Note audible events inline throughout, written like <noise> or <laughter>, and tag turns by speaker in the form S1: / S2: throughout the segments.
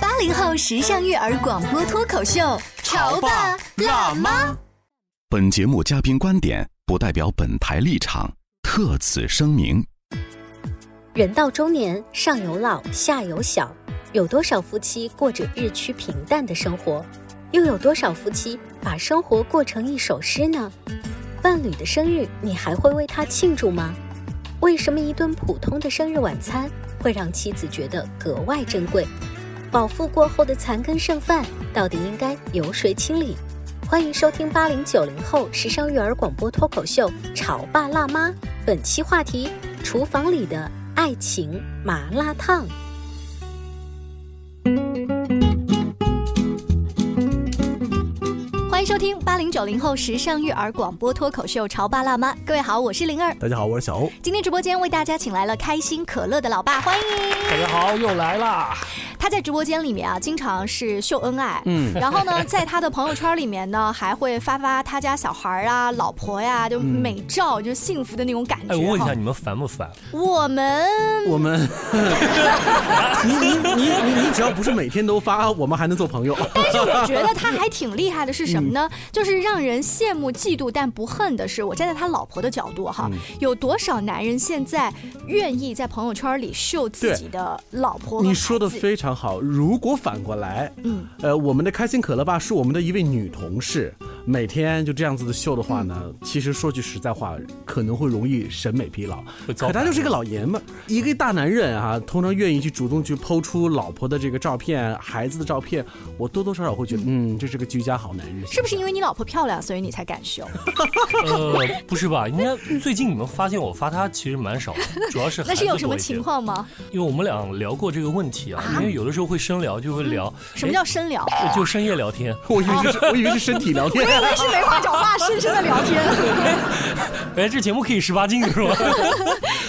S1: 八零后时尚育儿广播脱口秀，潮爸辣妈。
S2: 妈。
S3: 本节目嘉宾观点不代表本台立场，特此声明。
S4: 人到中年，上有老，下有小，有多少夫妻过着日趋平淡的生活？又有多少夫妻把生活过成一首诗呢？伴侣的生日，你还会为他庆祝吗？为什么一顿普通的生日晚餐会让妻子觉得格外珍贵？饱腹过后的残羹剩饭，到底应该由谁清理？欢迎收听八零九零后时尚育儿广播脱口秀《潮爸辣妈》，本期话题：厨房里的爱情麻辣烫。
S1: 欢迎收听八零九零后时尚育儿广播脱口秀《潮爸辣妈》。各位好，我是灵儿。
S5: 大家好，我是小欧。
S1: 今天直播间为大家请来了开心可乐的老爸，欢迎
S5: 大家好，又来啦。
S1: 他在直播间里面啊，经常是秀恩爱。
S5: 嗯，
S1: 然后呢，在他的朋友圈里面呢，还会发发他家小孩儿啊、老婆呀、就美照，就幸福的那种感觉。
S6: 哎，我问一下，
S1: 哈，
S6: 你们烦不烦？
S1: 我们
S5: 我们， <laughs> 你你你你你只要不是每天都发，我们还能做朋友。
S1: 但是我觉得他还挺厉害的，是什么
S5: 嗯
S1: 呢？就是让人羡慕、嫉妒但不恨的是，我站在他老婆的角度
S5: 嗯
S1: 哈，有多少男人现在愿意在朋友圈里秀自己的老婆和
S5: 你
S1: 孩
S5: 说的
S1: 子
S5: 非常好。如果反过来，
S1: 嗯，
S5: 呃，我们的开心可乐吧是我们的一位女同事，每天就这样子的秀的
S1: 嗯
S5: 话呢，其实说句实在话，可能会容易审美疲劳。
S6: 会糟
S5: 可他
S6: 蹋
S5: 就是个老爷们儿，一个大男人啊，通常愿意去主动去剖出老婆的这个照片、孩子的照片，我多多少少会觉得，嗯，这是个居家好男人。
S1: 是不是因为你老婆漂亮，所以你才敢
S6: <laughs>
S1: 秀？
S6: 呃，不是吧？应该最近你们发现我发他其实蛮少的，主要是
S1: <laughs> 那是
S6: 孩
S1: 有
S6: 子
S1: 什么
S6: 多一些
S1: 情？况吗？
S6: 因为我们俩聊过这个问题啊，因为有的时候会深聊，就会聊
S1: 嗯什么叫深聊？
S6: 哎就深夜聊天。
S5: <laughs> 我以为是，我以为是身体聊天。
S1: 但是没话找话，深深的聊天，
S6: 哎，这节目可以十八禁是吧？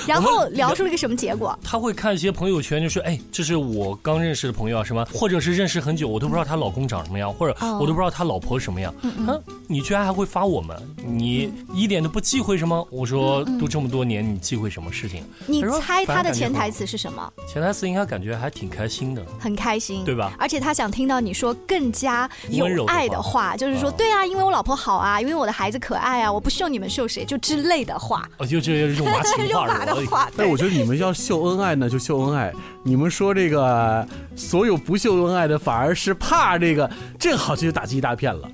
S1: 然后聊出了一个什么结果？
S6: <laughs> 他会看一些朋友圈，就说：“哎，这是我刚认识的朋友啊，什么，或者是认识很久，我都不知道她老公长什么样，或者
S1: 哦嗯
S6: 我都不知道她老婆什么样。啊，你居然还会发我们，你一点都不忌讳什么？我说，
S1: 嗯
S6: 都这么多年，你忌讳什么事情？
S1: 你
S6: 他说
S1: 猜他
S6: 哎反
S1: 的
S6: 正
S1: 潜
S6: 感觉
S1: 台
S6: 很
S1: 词是什么？
S6: 前台词应该感觉还挺开心的，
S1: 很开心，
S6: 对吧
S1: 而且他想听到你说更加
S6: 温
S1: 有
S6: 柔的
S1: 爱的
S6: 话
S1: 话，就是说，
S6: 哦
S1: 对啊，因为我老婆好啊，因为我的孩子可爱啊，我不秀你们秀谁，就之类的话，
S6: 哦，就这
S1: <laughs>
S6: 肉麻情
S1: 肉
S6: 话哎
S1: 麻的
S6: 是吧？
S1: 话。
S5: 但我
S1: 对
S5: 觉得你们要秀恩爱呢，就秀恩爱。你们说这个所有不秀恩爱的，反而是怕这个，这好像就打击一大片了。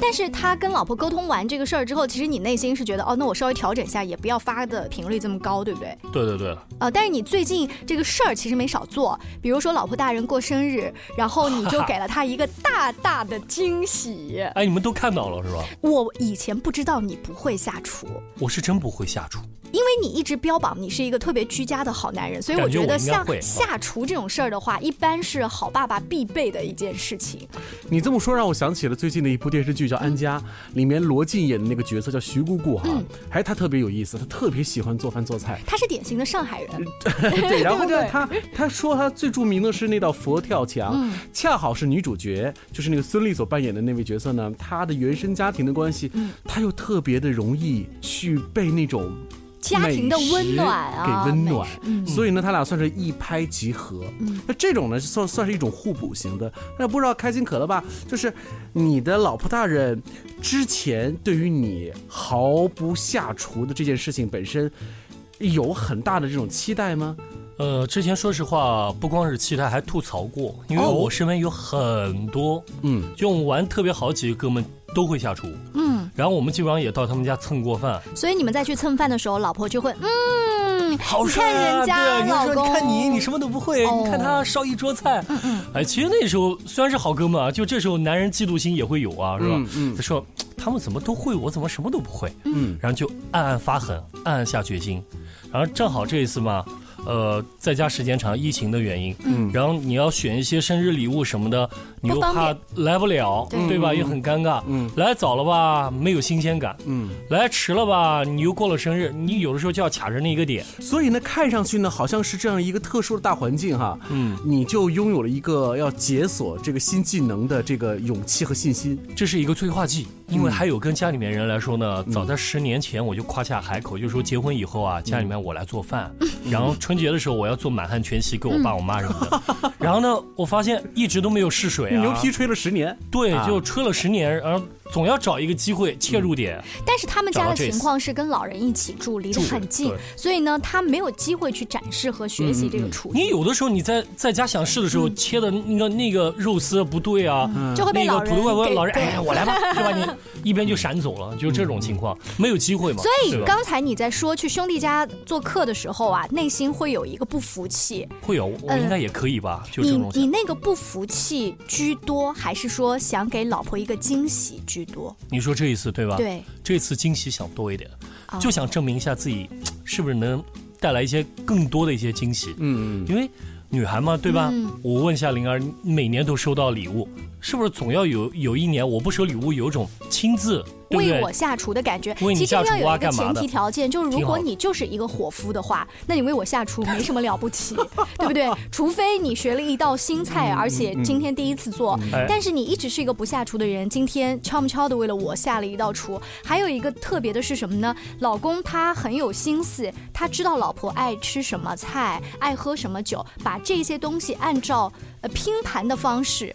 S1: 但是他跟老婆沟通完这个事儿之后，其实你内心是觉得，哦，那我稍微调整一下，也不要发的频率这么高，对不对？
S6: 哦对对对，
S1: 呃，但是你最近这个事儿其实没少做，比如说老婆大人过生日，然后你
S6: <laughs>
S1: 就给了她一个大大的惊喜。
S6: 哎，你们都看到了是吧？
S1: 我以前不知道你不会下厨，因
S6: 我是真不会下厨，
S1: 为你一直标榜你是一个特别居家的好男人，所以我
S6: 感觉
S1: 觉得
S6: 我应该
S1: 像
S6: 会
S1: 下厨这种事儿的话，一般是好爸爸必备的一件事情。
S5: 你这么说让我想起了最近的一部电视剧叫《安家》，里面罗晋演的那个角色叫徐姑姑哈，还他特别有意思，他特别喜欢做饭做菜。
S1: 他是典型的上海人，
S6: 嗯
S5: 对，然后
S1: 对不
S5: 呢
S1: 对，
S5: 他他说他最著名的是那道佛跳墙，
S1: 嗯
S5: 恰好是女主角，就是那个孙俪所扮演的那位角色呢，她的原生家庭的关系，
S1: 嗯
S5: 她又特别的容易去被那种。
S1: 家庭的温暖啊，
S5: 给温
S1: 美
S5: 暖
S1: 食，嗯，
S5: 所以呢，他俩算是一拍即合。那这种呢，算算是一种互补型的。那不知道开心可乐吧，就是你的老婆大人之前对于你毫不下厨的这件事情本身。有很大的这种期待吗？
S6: 呃，之前说实话，不光是期待，还吐槽过，因为
S5: 哦
S6: 我身边有很多，
S5: 嗯，
S6: 就我们玩特别好几个哥们都会下厨，
S1: 嗯，
S6: 然后我们基本上也到他们家蹭过饭，
S1: 所以你们再去蹭饭的时候，老婆就会嗯，
S6: 好
S1: 你
S6: 帅
S1: 看
S6: 啊！
S1: 人
S6: 对
S1: 家
S6: 啊，你就
S1: 老
S6: 说
S1: 公，
S6: 你看你，你什么都不会，
S1: 哦
S6: 你看他烧一桌菜。嗯嗯。哎，其实那时候虽然是好哥们啊，就这时候男人嫉妒心也会有啊，是吧？
S5: 嗯嗯
S6: 他说他们怎么都会，我怎么什么都不会？
S5: 嗯，
S6: 然后就暗暗发狠，暗暗下决心。然后正好这一次嘛，呃，在家时间长，疫情的原因，嗯，然后你要选一些生日礼物什么的，你又
S1: 不方
S6: 怕
S1: 便
S6: 来不了，
S1: 对
S6: 对吧？也很尴尬，
S5: 嗯，
S6: 来早了吧，没有新鲜感，
S5: 嗯，
S6: 来迟了吧，你又过了生日，你有的时候就要卡着那一个点，
S5: 所以呢，看上去呢，好像是这样一个特殊的大环境哈，
S6: 嗯，
S5: 你就拥有了一个要解锁这个新技能的这个勇气和信心。
S6: 这是一个催化剂，
S5: 嗯
S6: 因为还有跟家里面人来说呢，早在十年前我就夸下海口，就说结婚以后
S5: 嗯
S6: 啊，家里面我来做饭，然后春节的时候我要做满汉全席给我
S5: 嗯
S6: 爸我妈什么的，然后呢，我发现一直都没有试水啊，
S5: 牛皮吹了十年，
S6: 对
S5: 啊，
S6: 就吹了十年，然后总要找一个机会切入点，
S5: 嗯
S1: 但是他们家
S6: 找
S1: 的
S6: 到这
S1: 情
S6: 次
S1: 况是跟老人一起住，离得
S6: 住
S1: 很近
S6: 对，嗯
S1: 所以呢，他没有机会去展示和学习这个厨艺，
S6: 你有的时候你在在家想试的时候，
S5: 嗯
S6: 切的那个那个肉丝不对啊，
S1: 就会被
S6: 那个
S1: 老人
S6: 普通外国
S1: 给
S6: 老人
S1: 给
S6: 哎，我
S5: <laughs>
S6: 来吧，就把你一边就闪走了，就这种
S5: 嗯
S6: 情况，没有机会嘛。
S1: 所
S6: 对
S1: 以
S6: 吧
S1: 刚才你在说去兄弟家做客的时候啊，内心会有一个不服气，
S6: 会有，我
S1: 嗯
S6: 应该也可以吧，就这
S1: 你
S6: 种啊情
S1: 你
S6: 况。
S1: 那个不服气居多，还是说想给老婆一个惊喜居多？
S6: 你说这一次对吧？，
S1: 对，哦
S6: 这次惊喜想多一点，就想证明一下自己是不是能带来一些更多的一些惊喜。
S5: 嗯，
S6: 因为女孩嘛，对吧？
S1: 嗯
S6: 我问一下灵儿，你每年都收到礼物，是不是总要有有一年我不收礼物，有一种亲自，对不
S1: 为
S6: 对
S1: 我？下厨的感觉，
S6: 为你
S1: 其实
S6: 下
S1: 要
S6: 厨啊
S1: 有一个
S6: 干嘛
S1: 前
S6: 的
S1: 提条件，就是如
S6: 挺好
S1: 果
S6: 的
S1: 你就是一个伙夫的话，那你为我下厨没什么了不
S6: <laughs>
S1: 起，对不对？除非你学了一道新菜，
S6: 嗯
S1: 而且今天第一次做，
S6: 哎
S1: 但是你一直是一个不下厨的人，今天悄不悄的为了我下了一道厨。还有一个特别的是什么呢？老公他很有心思，他知道老婆爱吃什么菜，爱喝什么酒，把这些东西按照呃拼盘的方式。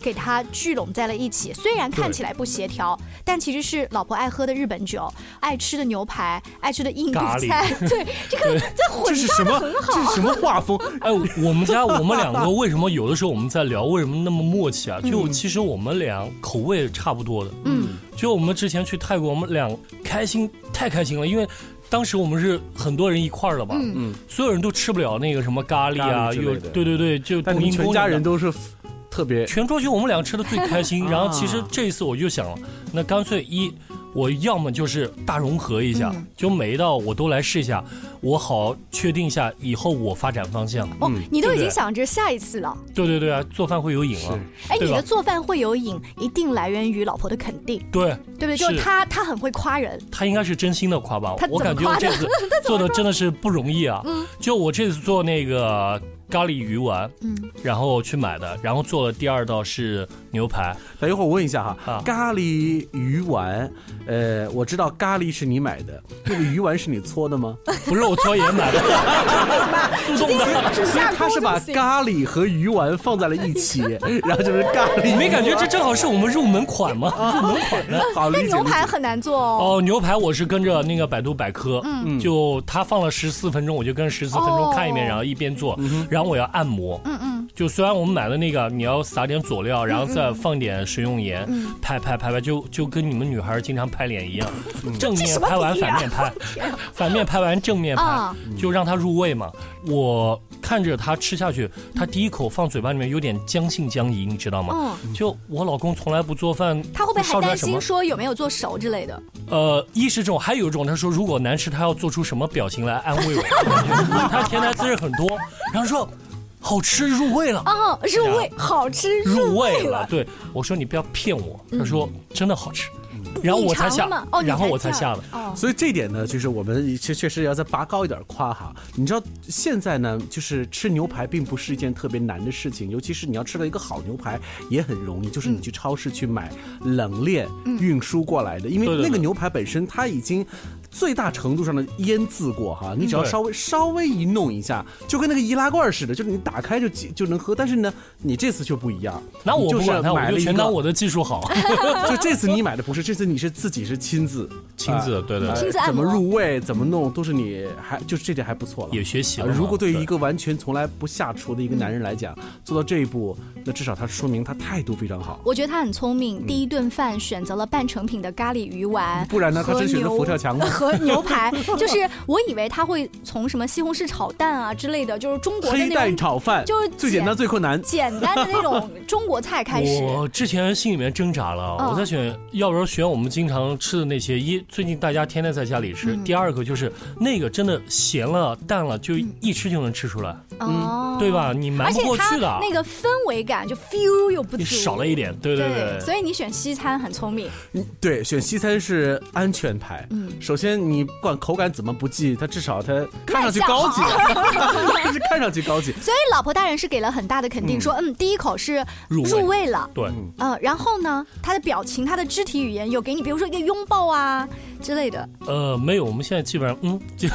S1: 给它聚拢在了一起，虽然看
S6: 对
S1: 起来不协调，但其实是老婆爱喝的日本酒，爱吃的牛排，爱吃的印度
S6: 咖喱
S1: 菜， <laughs> 对这个这混
S5: 这是什么？
S6: 啊
S5: 这是什么画
S6: <laughs>
S5: 风？
S6: 哎，我们家我们两个为什么有的时候我们在聊为什么那么默契啊？就其实我们俩口味差不多的，嗯，就我们之前去泰国，我们俩开心太开心了，因为。当时我们是很多人一块儿的嘛，嗯，所有人都吃不了那个什么咖喱
S5: 咖
S6: 啊，
S5: 喱之
S6: 又
S5: 类的嗯
S6: 对对对，就
S5: 但
S6: 冬
S5: 你们
S6: 阴
S5: 全
S6: 功
S5: 家
S6: 什么的
S5: 人都是特别
S6: 全桌就我们俩吃的最开 <laughs> 心。然后其实这一次我就想，那干脆一我要么就是大融合一下，就每一道我都来试一下，我好确定一下以后我发展方向。
S1: 哦，你都已
S6: 嗯对不
S1: 经
S6: 对
S1: 想着下一次了。
S6: 对对对啊，做饭会有瘾啊，
S1: 哎，
S6: 对
S1: 你的
S6: 吧？
S1: 做饭会有瘾，一定来源于老婆的肯定，
S6: 对
S1: 对不对？就是
S6: 是
S1: 他，他很会夸人，
S6: 他应该是真心的夸吧
S1: 他，怎么
S6: 我感觉
S1: 夸
S6: 我
S1: 的
S6: 这次
S1: <laughs>
S6: 做的真的是不容易啊。
S1: 嗯
S6: 就我这次做那个咖喱鱼丸，
S1: 嗯
S6: 然后去买的，然后做了第二道是牛
S1: <laughs>
S6: 排，
S5: 等一会儿我问一下哈
S6: 啊，
S5: 咖喱鱼丸，呃，我知道咖喱是你买
S6: <laughs>
S5: 的，那个鱼丸是你搓的吗？
S6: 不是我搓也买的，
S1: <laughs>
S6: 速冻的。 <laughs>
S5: 所以他是把咖喱和鱼丸放在了一
S6: <laughs>
S5: 起，然后就是咖喱鱼
S6: 你
S5: 丸。啊
S6: 没感觉这正好是我们入门款
S1: <laughs>
S6: 吗？
S1: 啊那
S5: 好理解
S1: 牛
S5: 理解
S1: 排很难做哦。嗯
S6: 哦，牛排我是跟着那个百度百科，就他放了十四分钟，我就跟十四分钟看一遍，
S1: 哦
S6: 然后一边做，然后我要按摩，嗯嗯，就虽然我们买了那个，你要撒点佐料，
S1: 嗯
S6: 然后再放点食用盐，拍拍拍拍，就就跟你们女孩经常拍脸一样，正面拍完反
S1: <laughs>
S6: 面拍，反面拍完正面拍
S1: 啊，
S6: 就让它入味嘛。我看着它吃下去，它第一口放嘴巴里面有点将信将疑，你知道吗？就我老公从来不做饭，
S1: 嗯他会不会
S6: 烧
S1: 还
S6: 出来
S1: 担
S6: 什么
S1: 心说有没有做熟之类的？
S6: 呃，一是这种，还有一种，他说如果难吃，他要做出什么表情来安慰
S1: <laughs>
S6: 我，他填台词很多，然后说好吃入味了，
S1: 哦，入味，好吃，
S6: 入
S1: 了
S6: 味
S1: 嗯
S6: 了。。对，我说你不要骗我，他说真的好吃，然后我才
S1: 你尝了
S6: 下
S1: 吗哦，你
S6: 然后
S1: 才
S6: 我才
S1: 下
S6: 下的。
S1: 哦，
S5: 所以这一点呢，就是我们确确实要再拔高一点夸哈。你知道现在呢，就是吃牛排并不是一件特别难的事情，尤其是你要吃到一个好牛排也很容易，就是你去超市去买冷链运输过来的，因为
S6: 对对
S5: 那个
S6: 对
S5: 牛排本身它已经最大程度上的腌制过哈。你只要
S6: 对
S5: 稍微稍微一弄一下，就跟那个易拉罐似的，就是你打开就就能喝。但是呢，你这次却不一样，
S6: 那我不管
S5: 你就
S6: 他，
S5: 是
S6: 我
S5: 买
S6: 就
S5: 了一
S6: 全当
S5: 个
S6: 我的技
S1: <laughs>
S6: 术好，
S5: 就这次你买的不是，这次你是自己是亲自
S6: 亲自对对
S5: 呃
S6: 对
S1: 亲自按
S5: 怎么
S1: 摩
S5: 入味，怎么弄，都是你还就是这点还不错了，
S6: 也学习
S5: 呃
S6: 了嘛。
S5: 如果对于一
S6: 个
S5: 个完全从来不下厨的一个男人来讲，做到这一步，那至少他说明他态度非常好。
S1: 我觉得他很聪明，
S6: 嗯
S1: 第一顿饭选择了半成品的咖喱鱼丸，
S5: 不然呢，他
S1: 和
S5: 真选择
S1: 牛
S5: 佛跳墙吗？
S1: <laughs> 和牛排，就是我以为他会从什么西红柿炒蛋啊之类的，就是中国的
S5: 黑
S1: 那
S5: 蛋
S1: 种
S5: 炒饭
S1: 就是
S5: 最简单最困难。
S1: 简单的那种中国菜开始。
S6: <laughs> 我之前心里面挣扎了，
S1: 嗯
S6: 我在选，要不然选我们经常吃的那些，一最近大家天天在家里吃，
S1: 嗯
S6: 第二个就是那个真的咸了淡了，就
S1: 嗯
S6: 一吃就能吃出来，
S1: 哦，
S6: 嗯对？吧？你
S1: 而
S6: 瞒不
S1: 且
S6: 过
S1: 它
S6: 去的，啊
S1: 那个氛围感就 feel 又不足，
S6: 你少了一点，对
S1: 对
S6: 对。
S1: 所以你选西餐很聪明，
S5: 对，选西餐是安全牌。嗯，首先你不管口感怎么不济，它至少它看上去高级， <laughs> 就是看上去高级。
S1: 所以老婆大人是给了很大的肯定，说嗯，第一口是
S6: 入味
S1: 入味了，
S6: 对，
S1: 呃，然后呢，他的表情、他的肢体语言有给你，比如说一个拥抱啊之类的，
S6: 呃，没有，我们现在基本上，嗯，就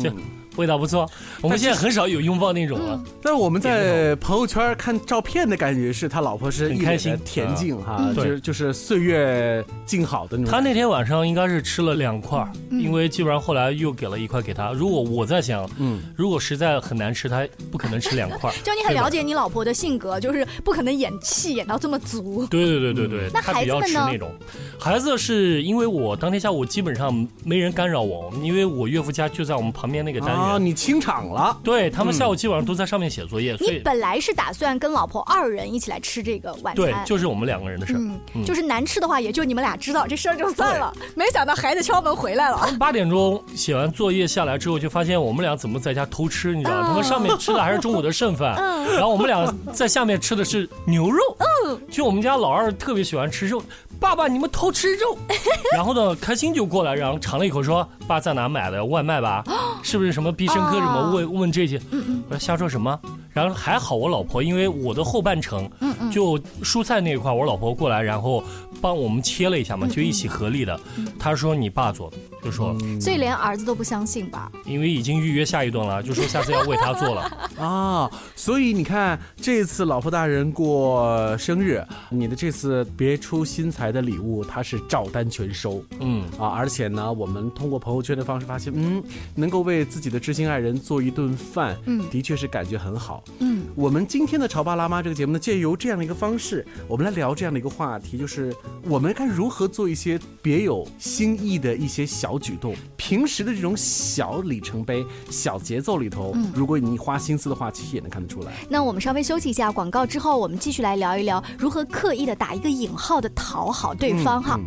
S6: <laughs> 就味道不错。我们现在很少有拥抱那种了，
S1: 嗯
S5: 但是我们在朋友圈看照片的感觉是，他老婆是一
S6: 很开
S5: 脸
S6: 心
S5: 的恬静哈
S6: 嗯，
S5: 就是就是岁月静好的那种
S6: 他
S5: 感觉。
S6: 那天晚上应该是吃了两块儿，
S1: 嗯
S6: 因为基本上后来又给了一块给他。如果我在想，嗯，如果实在很难吃，他不可能吃两块儿
S1: <laughs> 。就你很了解你老婆的性格，就是不可能演戏演到这么足。
S6: 对吧。对对对对对，
S1: 嗯那
S6: 他
S1: 孩
S6: 比
S1: 子
S6: 较
S1: 们
S6: 吃
S1: 呢
S6: 那种。孩子是因为我当天下午基本上没人干扰我，因为我岳父家就在我们旁边那个单
S5: 啊，
S6: 元。
S5: 你清场了。
S6: 对他们下午基本上都在上面写作业，所
S1: 你
S6: 以
S1: 本来是打算跟老婆二人一起来吃这个晚餐，
S6: 对就是我们两个人的事儿。
S1: 嗯，就是难吃的话，也就你们俩知道这事儿就算了。没想到孩子敲门回来了，
S6: 八点钟写完作业下来之后，就发现我们俩怎么在家偷吃，你知道吗？他们上面吃的还是中午的剩饭，然后我们俩在下面吃的是牛肉。嗯，就我们家老二特别喜欢吃肉，爸爸你们偷吃肉。 <laughs> 然后呢，开心就过来，然后尝了一口说：“爸在哪买的？外卖吧？是不是什么必胜客什么？”问问这些，我说瞎说什么？然后还好我老婆，因为我的后半程，就蔬菜那一块，我老婆过来，然后帮我们切了一下嘛，就一起合力的。她说你爸做的，就说
S1: 所以连儿子都不相信吧？
S6: 因为已经预约下一顿了，就说下次要为他做了。嗯
S5: 啊，所以你看，这次老婆大人过生日，你的这次别出心裁的礼物，它是照单全收
S6: 嗯，
S5: 啊！而且呢，我们通过朋友圈的方式发现，嗯，能够为自己的知心爱人做一顿饭，嗯，的确是感觉很好。嗯，我们今天的《潮爸辣妈》这个节目呢，借由这样的一个方式，我们来聊这样的一个话题，就是我们该如何做一些别有新意的一些小举动。平时的这种小里程碑、小节奏里头，
S1: 嗯
S5: 如果你花心思的话，其实也能看得出来。
S1: 那我们稍微休息一下广告之后，我们继续来聊一聊如何刻意的打一个引号的讨好对方哈。
S5: 嗯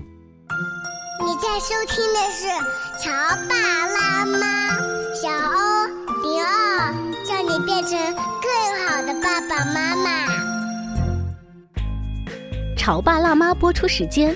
S7: 你在收听的是《潮爸辣妈》，小欧零二，叫你变成更好的爸爸妈妈。
S4: 《潮爸辣妈》播出时间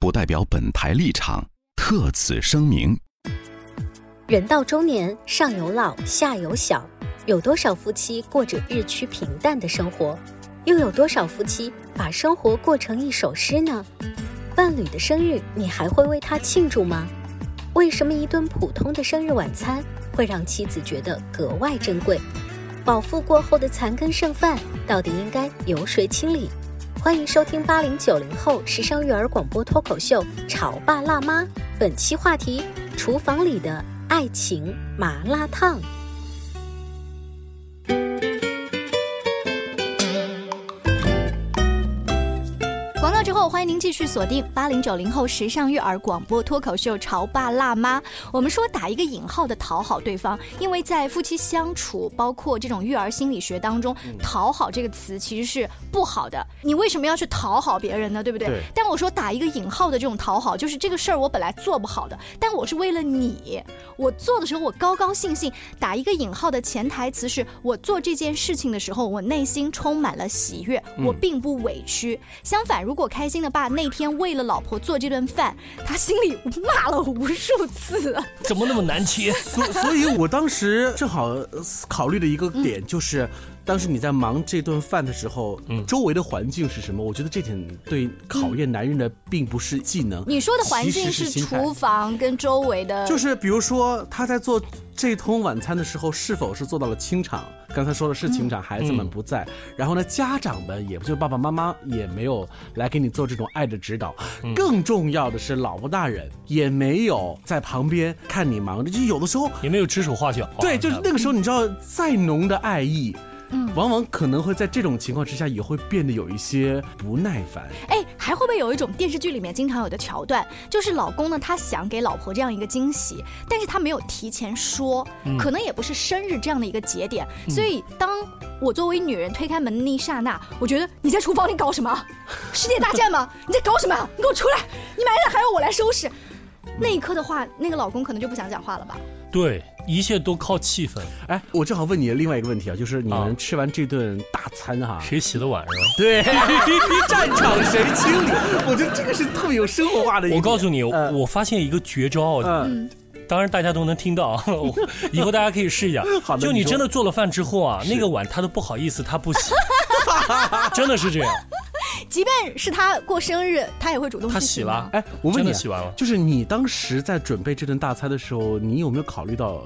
S3: 不代表本台立场，特此声明。
S4: 人到中年，上有老，下有小，有多少夫妻过着日趋平淡的生活？又有多少夫妻把生活过成一首诗呢？伴侣的生日，你还会为他庆祝吗？为什么一顿普通的生日晚餐会让妻子觉得格外珍贵？饱腹过后的残羹剩饭，到底应该由谁清理？欢迎收听八零九零后时尚育儿广播脱口秀《潮爸辣妈》，本期话题：厨房里的爱情麻辣烫。
S1: 广告之后欢迎您继续锁定八零九零后时尚育儿广播脱口秀《潮爸辣妈》。我们说打一个引号的讨好对方，因为在夫妻相处，包括这种育儿心理学当中，“
S8: 嗯
S1: 讨好”这个词其实是不好的。你为什么要去讨好别人呢？对不对？
S8: 对
S1: 但我说打一个引号的这种讨好，就是这个事儿我本来做不好的，但我是为了你，我做的时候我高高兴兴。打一个引号的潜台词是我做这件事情的时候，我内心充满了喜悦，
S8: 嗯
S1: 我并不委屈。相反，如果开心的爸那天为了老婆做这顿饭，他心里骂了无数次。
S6: 怎么那么难切？
S5: 嗯所所以，我当时正好呃考虑的一个点就是，当时你在忙这顿饭的时候，周围的环境是什么？我觉得这点对考验男人的并不是技能，
S1: 嗯你说的环境
S5: 其实
S1: 是
S5: 是心态
S1: 厨房跟周围的，
S5: 就是比如说他在做这通晚餐的时候，是否是做到了清场？刚才说的是清场，孩子们不在，然后呢，家长们也不就爸爸妈妈也没有来给你做这种爱的指导。更重要的是，老婆大人也没有在旁边看你忙着，就有的时候
S6: 也没有指手画脚。啊
S5: 对，就是那个嗯时候，你知道，再浓的爱意。往往可能会在这种情况之下，也会变得有一些不耐烦。
S1: 哎，还会不会有一种电视剧里面经常有的桥段，就是老公呢他想给老婆这样一个惊喜，但是他没有提前说，
S8: 嗯
S1: 可能也不是生日这样的一个节点，
S8: 嗯
S1: 所以当我作为女人推开门的那一刹那，我觉得你在厨房里搞什么？世界大战吗？你在搞什么？你给我出来！你埋了还要我来收拾？那一刻的话，那个老公可能就不想讲话了吧？
S6: 对，一切都靠气氛。
S5: 哎，我正好问你另外一个问题啊，就是你们吃完这顿大餐哈、
S6: 谁洗的碗啊是吧？ <laughs>
S5: 对， <laughs> 嗯战场谁清理？我觉得这个是特别有生活化的一
S6: 我告诉你，我发现一个绝招，啊
S5: 嗯
S6: 当然大家都能听
S5: <laughs>
S6: 到，我以后大家可以试一下。
S5: 好的
S6: 就你
S5: 你说
S6: 真的做了饭之后啊，那个碗他都不好意思，他不
S5: <laughs>
S6: 洗，真的是这样。
S1: 即便是他过生日，他也会主动去洗吗？
S5: 哎，我问
S6: 真
S5: 你
S6: 的
S5: 啊，
S6: 洗完了
S5: 就是你当时在准备这顿大餐的时候，你有没有考虑到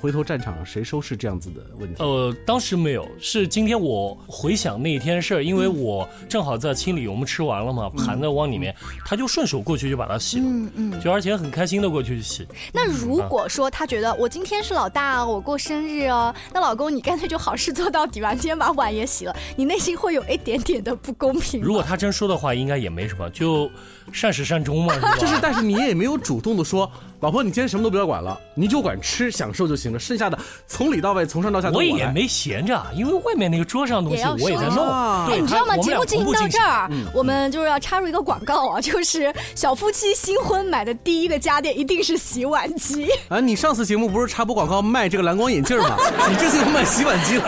S5: 回头战场谁收拾这样子的问题？
S6: 呃，当时没有，是今天我回想那一天的事儿，因为我正好在清理，我们吃完了嘛，盘子往里面，他就顺手过去就把它洗了，
S1: 嗯嗯
S6: 就而且很开心的过去洗。
S1: 那如
S6: 嗯
S1: 果说她觉得我今天是老大哦，我过生日哦，那老公你干脆就好事做到底吧，你今天把碗也洗了，你内心会有一点点的不公平。
S6: 如果他真说的话，应该也没什么，就善始
S1: <laughs>
S6: 善终嘛，是吧？
S5: 就是， <laughs> 但是你也没有主动的说，老婆，你今天什么都不要管了，你就管吃享受就行了，剩下的从里到外，从上到下都
S6: 我
S5: 来
S6: 也没闲着，啊因为外面那个桌上的东
S1: 也
S6: 西
S1: 要
S6: 我也
S1: 说
S6: 在
S1: 一
S6: 弄。
S1: 下哎，
S6: 对，
S1: 你知道
S6: 他
S1: 吗？节目进行到这儿，我
S6: 我
S1: 们就是要插入一个广告
S6: 嗯
S1: 啊，就是小夫妻新婚买的第一个家电一定是洗碗
S6: <laughs>
S1: 机。
S5: 啊！你上次节目不是插播广告卖这个蓝光眼镜 <laughs> 吗？你这次又卖洗碗机了，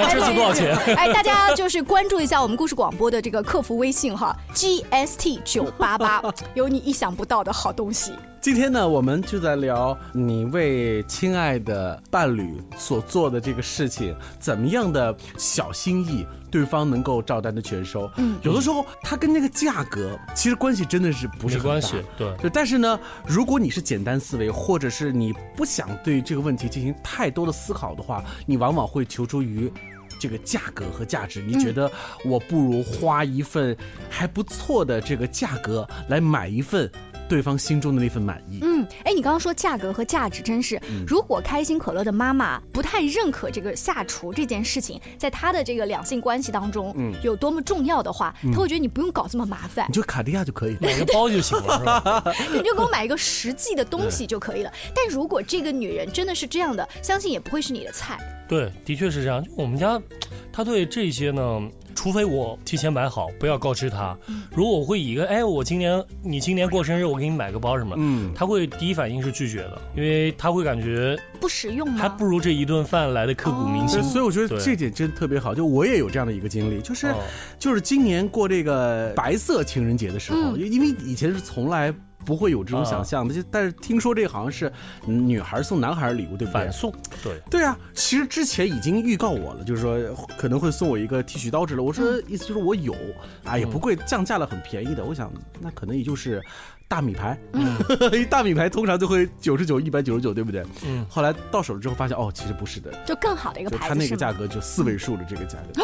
S1: 哎，大家就是关注一下我们故事广播的这个客服微信哈，GST 九八八，有你意想不到的好东西。
S5: 今天呢，我们就在聊你为亲爱的伴侣所做的这个事情，怎么样的小心意，对方能够照单的全收。
S6: 嗯
S5: 有的时候它跟那个价格其实关系真的是不是
S6: 没
S5: 很
S6: 关
S1: <laughs>
S5: 大
S6: 系对
S5: 对，但是呢，如果你是简单思维，或者是你不想对这个问题进行太多的思考的话，你往往会求助于。这个价格和价值，你觉得我不如花一份还不错的这个价格来买一份对方心中的那份满意。
S1: 嗯，哎，你刚刚说价格和价值，真是，
S5: 嗯
S1: 如果开心可乐的妈妈不太认可这个下厨这件事情，在她的这个两性关系当中，
S5: 嗯
S1: 有多么重要的话，
S5: 嗯
S1: 她会觉得你不用搞这么麻烦
S5: <laughs> 你，就卡地亚就可以了，
S6: 买 <laughs> 个包就行了，是吧？
S1: 你就给我买一个实际的东西就可以了。但如果这个女人真的是这样的，相信也不会是你的菜。
S6: 对，的确是这样。就我们家，他对这些呢，除非我提前买好，不要告知他。
S1: 嗯
S6: 如果我会以一个，哎，我今年你今年过生日，我给你买个包什么，
S5: 嗯，
S6: 他会第一反应是拒绝的，因为他会感觉
S1: 不实用
S6: 还
S1: 吗？
S6: 不如这一顿饭来的刻骨铭心。
S5: 哦对所以我觉得
S6: 对哦
S5: 这点真的特别好，就我也有这样的一个经历，就是、就是今年过这个白色情人节的时候，因为以前是从来。不会有这种想象的，就但是听说这好像是女孩送男孩礼物，对不对？
S6: 反送，对，
S5: 对啊，其实之前已经预告我了，就是说可能会送我一个剃须刀之类的。我说意思就是我有啊，也不贵，降价了很便宜的。我想那可能也就是大米牌，一 <laughs> 大米牌通常就会九十九、一百九十九，对不对？
S6: 嗯。
S5: 后来到手了之后发现，哦，其实不是的，
S1: 就更好的一个
S5: 就
S1: 牌子，
S5: 他那
S1: 是
S5: 个
S1: 吗
S5: 价格就四位数的这个价格，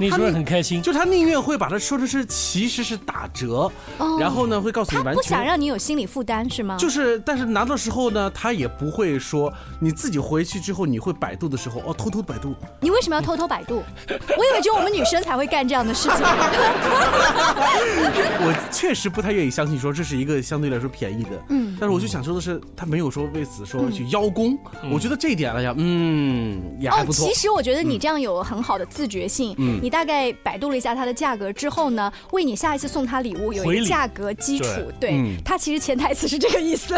S6: 那时候很开心，
S5: 就他宁愿会把它说成是其实是打折，
S1: 哦
S5: 然后呢会告诉你完
S1: 不
S5: 全
S1: 想让你有心理负担是吗？
S5: 就是，但是拿到时候呢，他也不会说你自己回去之后，你会百度的时候，哦，偷偷百度，
S1: 你为什么要偷偷百
S5: <laughs>
S1: 度？我以为只有我们女生才会干这样的事情。 <laughs>
S5: 我确实不太愿意相信说这是一个相对来说便宜的，
S1: 嗯
S5: 但是我就想说的是，他没有说为此说去邀功，我觉得这一点来讲，嗯，也还
S1: 哦，
S5: 不错。
S1: 其实我觉得你这样有很好的自觉性。
S5: 嗯
S1: 你大概百度了一下它的价格之后呢，为你下一次送他礼物有
S5: 回
S1: 一
S5: 礼
S1: 个价格基础。
S5: 对
S1: 对，
S5: 嗯
S1: 它其实潜台词是这个意思。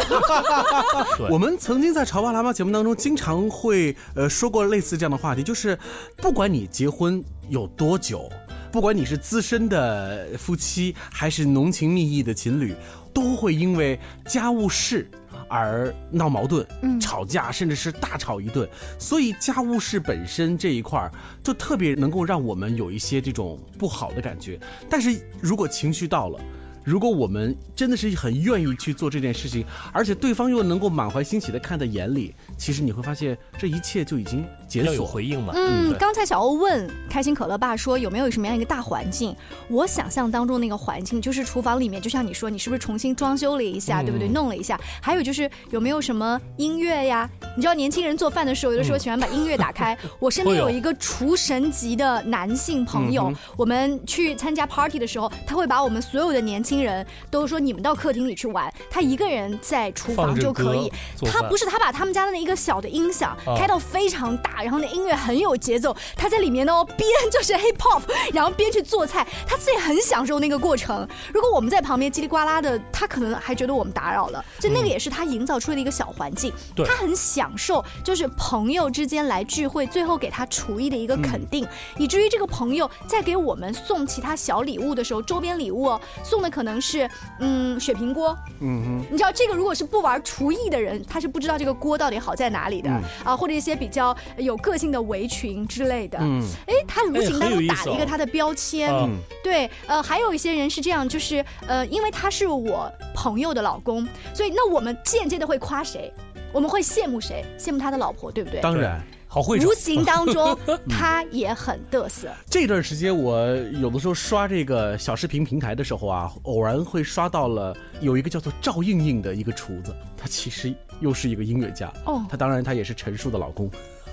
S5: <laughs> 我们曾经在《潮爸辣妈》节目当中，经常会呃说过类似这样的话题，就是不管你结婚有多久，不管你是资深的夫妻还是浓情蜜意的情侣，都会因为家务事。而闹矛盾、
S1: 嗯
S5: 吵架，甚至是大吵一顿，所以家务事本身这一块儿就特别能够让我们有一些这种不好的感觉。但是如果情绪到了，如果我们真的是很愿意去做这件事情，而且对方又能够满怀欣喜的看在眼里，其实你会发现这一切就已经解
S6: 要
S5: 锁
S6: 有回应嘛。
S1: 嗯，
S6: 对
S1: 刚才小欧问开心可乐爸说有没有什么样一个大环境？我想象当中那个环境就是厨房里面，就像你说，你是不是重新装修了一下，
S6: 嗯
S1: 对不对？弄了一下，还有就是有没有什么音乐呀？你知道年轻人做饭的时候，有的时候喜欢把音乐打开。我身边
S6: 会有
S1: 有一个厨神级的男性朋友，
S6: 嗯哼
S1: 我们去参加 party 的时候，他会把我们所有的年轻人都说你们到客厅里去玩，他一个人在厨
S6: 放
S1: 房
S6: 着
S1: 就可
S6: 歌
S1: 以。
S6: 做
S1: 他
S6: 饭
S1: 不是他把他们家的那一个小的音响
S6: 啊
S1: 开到非常大，然后那音乐很有节奏，他在里面呢边就是 hip hop，然后边去做菜，他自己很享受那个过程。如果我们在旁边叽里呱啦的，他可能还觉得我们打扰了。就
S6: 嗯
S1: 那个也是他营造出来的一个小环境，
S6: 对
S1: 他很享受，就是朋友之间来聚会，最后给他厨艺的一个肯
S6: 嗯
S1: 定，以至于这个朋友在给我们送其他小礼物的时候，周边礼物哦送的可能是嗯雪平锅，
S5: 嗯
S1: 你知道这个，如果是不玩厨艺的人，他是不知道这个锅到底好在哪里的、
S6: 嗯
S1: 啊，或者一些比较有个性的围裙之类的。
S6: 嗯
S1: 哎，他无形当
S6: 哎很有
S1: 中
S6: 意思
S1: 打了一个
S6: 哦
S1: 他的标签。
S6: 嗯
S1: 对，呃，还有一些人是这样，就是呃，因为他是我朋友的老公，所以那我们间接的会夸谁，我们会羡慕谁，羡慕他的老婆，对不对？
S5: 当然。
S6: 好会
S1: 无形当中，他也很嘚瑟。
S5: 这段时间我有的时候刷这个小视频平台的时候啊，偶然会刷到了有一个叫做赵硬硬的一个厨子，他其实又是一个音乐家。
S1: 哦
S5: 他当然他也是陈数的老公。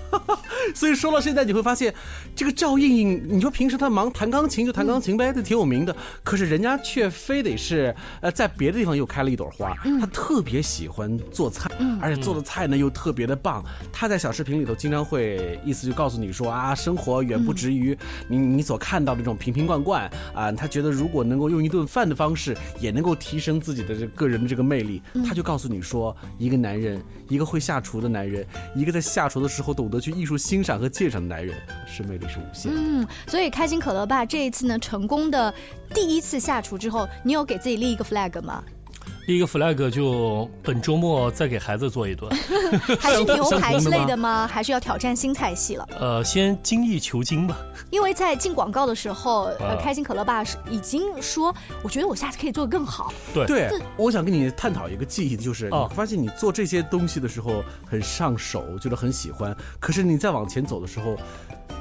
S5: <laughs> 所以说到现在，你会发现，这个赵硬硬，你说平时他忙弹钢琴就弹钢琴呗，这挺有名的。可是人家却非得是，呃，在别的地方又开了一朵花。他特别喜欢做菜，而且做的菜呢又特别的棒。他在小视频里头经常会意思就告诉你说啊，生活远不止于你你所看到的这种瓶瓶罐罐啊。他觉得如果能够用一顿饭的方式，也能够提升自己的这个人的这个魅力。
S1: 嗯
S5: 他就告诉你说，一个男人，一个会下厨的男人，一个在下厨的时候懂得去艺术欣赏和鉴赏的男人，是魅力是无限的。
S1: 嗯，所以开心可乐爸这一次呢，成功的第一次下厨之后，你有给自己立一个 flag 吗？
S6: 第一个 flag 就本周末再给孩子做一顿，
S1: 还
S5: <laughs>
S1: 是牛
S6: 相
S1: 排
S6: 同
S1: 之类
S6: 吗
S1: 的吗？还是要挑战新菜系了？
S6: 呃，先精益求精吧。
S1: 因为在进广告的时候，呃，
S6: 啊
S1: 开心可乐爸是已经说，我觉得我下次可以做得更好。
S5: 对
S1: 这，
S5: 我想跟你探讨一个记忆，就是你发现你做这些东西的时候很上手，觉得很喜欢，可是你再往前走的时候，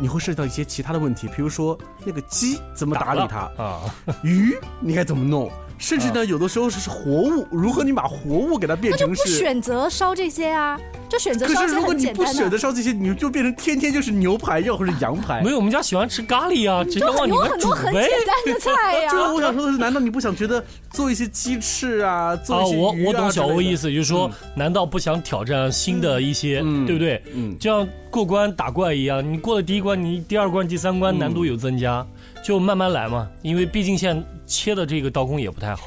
S5: 你会涉及到一些其他的问题，比如说那个鸡怎么打理它
S6: 啊，
S5: 鱼你该怎么弄，甚至呢，
S6: 啊
S5: 有的时候是活物，如何你把活物给它变
S1: 那就
S5: 成
S1: 不
S5: 是。
S1: 选择烧这些啊，就选择
S5: 可
S1: 烧
S5: 是
S1: 一些
S5: 如果
S1: 很
S5: 你
S1: 简
S5: 不
S1: 单
S5: 选择
S1: 的。
S5: 烧这些，你就变成天天就是牛排，要或者羊排。
S6: 没有，我们家喜欢吃咖喱啊，直接
S1: 就
S6: 往
S1: 哎嗯
S6: 里
S1: 有
S6: 面
S1: 很
S6: 煮
S1: 多很
S6: 呗。啊
S1: 简单的菜呀、
S5: 就是我想说的是，难道你不想觉得做一些鸡翅啊，做
S6: 啊，
S5: 一些
S6: 我
S5: 鱼
S6: 我懂
S5: 之
S6: 小
S5: 类
S6: 欧
S5: 的
S6: 意思，就是说，
S1: 嗯
S6: 难道不想挑战新的一些，对不对？嗯，就像过关打怪一样，你过了第一关，你第二关、第三关难
S1: 嗯
S6: 度有增加，就慢慢来嘛。因为毕竟现在切的这个刀工也不太好。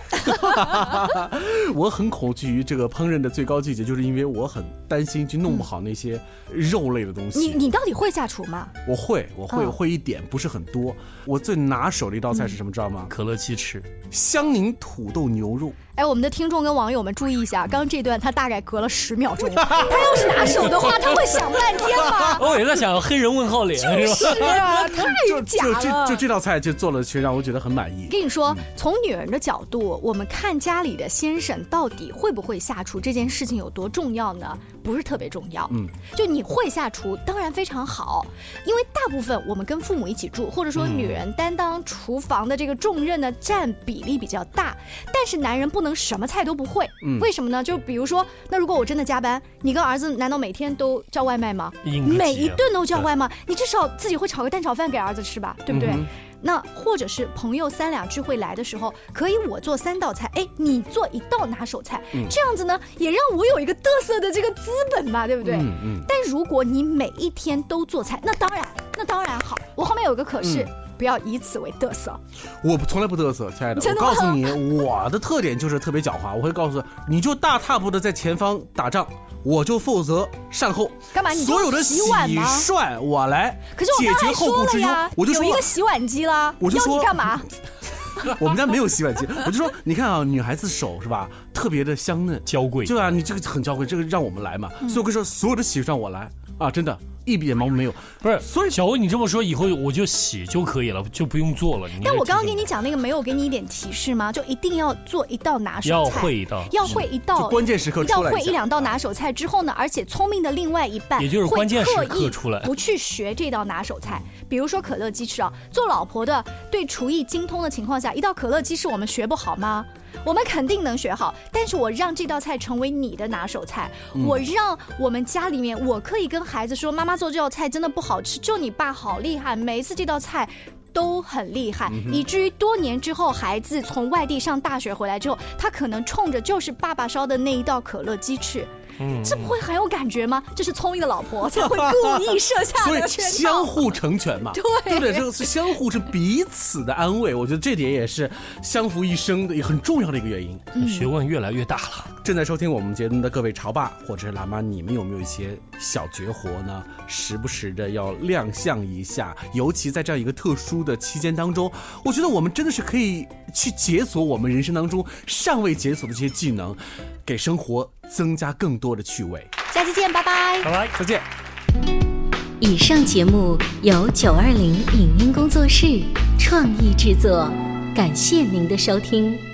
S5: 我很恐惧于这个烹饪的最高境界，就是因为我很担心去弄不好那些肉类的东
S1: 你
S5: 西。
S1: 你到底会下厨吗？
S5: 我会，我会，
S1: 嗯
S5: 我会一点，不是很多。我最拿手的一道菜是
S1: 嗯
S5: 什么，知道吗？
S6: 可乐鸡翅，
S5: 香宁土豆牛肉。
S1: 哎，我们的听众跟网友们注意一下，刚刚这段他大概隔了十秒
S5: <laughs>
S1: 钟，他要是拿手的话，他会想半天吗？
S6: 哦我也在想黑人问号脸
S1: 啊就是
S6: 吧？
S1: 啊，太
S5: <laughs> 就
S1: 假
S5: 就
S1: 了
S5: 这就这
S9: 嗯
S5: 道菜就做了，其实让我觉得很满意。
S1: 跟你说，从女人的角度，我们看家里的先生管到底会不会下厨这件事情有多重要呢？不是特别重要。
S5: 嗯，
S1: 就你会下厨，当然非常好，因为大部分我们跟父母一起住，或者说女人担当厨房的这个重任呢，占比例比较大。但是男人不能什么菜都不会，
S9: 嗯
S1: 为什么呢？就比如说，那如果我真的加班，你跟儿子难道每天都叫外卖吗？
S9: 应该
S1: 每
S9: 急
S1: 一
S9: 啊
S1: 顿都叫
S9: 对
S1: 外卖，你至少自己会炒个蛋炒饭给儿子吃吧，对不对？
S9: 嗯哼
S1: 那或者是朋友三两聚会来的时候，可以我做三道菜，哎，你做一道拿手菜，
S9: 嗯
S1: 这样子呢，也让我有一个嘚瑟的这个资本嘛，对不对？
S9: 嗯嗯
S1: 但如果你每一天都做菜，那当然，那当然好。我后面有个可是，
S5: 嗯
S1: 不要以此为嘚瑟。
S5: 我从来不嘚瑟，亲爱的。
S1: 真的
S5: 我
S1: 吗
S5: 告诉你，我的特点就是特别狡猾。我会告诉你就大踏步的在前方打仗，我就负责善后。
S1: 干嘛你就
S5: 所有的
S1: 洗碗吗
S5: 涮我来，
S1: 可是
S5: 解
S1: 我
S5: 决
S1: 刚才
S5: 后
S1: 说
S5: 顾
S1: 了
S5: 之忧
S1: 呀，。
S5: 我就说
S1: 有一
S5: 了
S1: 个洗碗机啦，
S5: 我就
S1: 要
S5: 说嗯
S1: 你干嘛？
S5: 我们家没有洗碗机，我就说，你看啊，女孩子手是吧，特别的香嫩
S6: 娇贵，
S5: 对啊，你这个很娇贵，这个让我们来嘛，
S6: 嗯
S5: 所以我跟你说，所有的洗让我来啊，真的，一点毛病没有。
S6: 不是，所以小薇，你这么说以后我就洗就可以了，就不用做了。你
S1: 但
S6: 这
S1: 我刚刚
S6: 提
S1: 给你讲那个，没有给你一点提示吗？就一定要做一道拿手
S6: 要
S1: 菜，
S6: 会一道
S1: 要会一道，
S6: 就关键时刻
S1: 一道
S6: 出来一
S1: 会
S6: 下啊
S1: 一两
S5: 啊
S1: 道拿手菜之后呢，而且聪明的另外一半，
S6: 也就是关键时刻
S1: 会刻意
S6: 出来
S1: 不去学这道拿手菜。比如说可乐鸡翅啊，做老婆的对厨艺精通的情况下，一道可乐鸡翅我们学不好吗？我们肯定能学好，但是我让这道菜成为你的拿手菜，
S9: 嗯
S1: 我让我们家里面，我可以跟孩子说，妈妈做这道菜真的不好吃，就你爸好厉害，每一次这道菜。都很厉害，
S9: 嗯哼
S1: 以至于多年之后，孩子从外地上大学回来之后，他可能冲着就是爸爸烧的那一道可乐鸡翅，
S5: 嗯
S1: 这不会很有感觉吗？这是聪明的老婆才会故意设下
S5: 所以
S1: 的圈套
S5: 相。互成全嘛，
S1: <laughs> 对
S5: 不对？这个是相互是彼此的安慰，我觉得这点也是相扶一生的一个很重要的一个原因。
S1: 嗯学
S6: 问越来越大了。
S5: 正在收听我们节目的各位潮爸或者是辣妈，你们有没有一些小绝活呢？时不时的要亮相一下，尤其在这样一个特殊的期间当中，我觉得我们真的是可以去解锁我们人生当中尚未解锁的这些技能，给生活增加更多的趣味。
S1: 下期见，拜拜。
S5: 拜拜，再见。
S4: 以上节目由九二零影音工作室创意制作，感谢您的收听。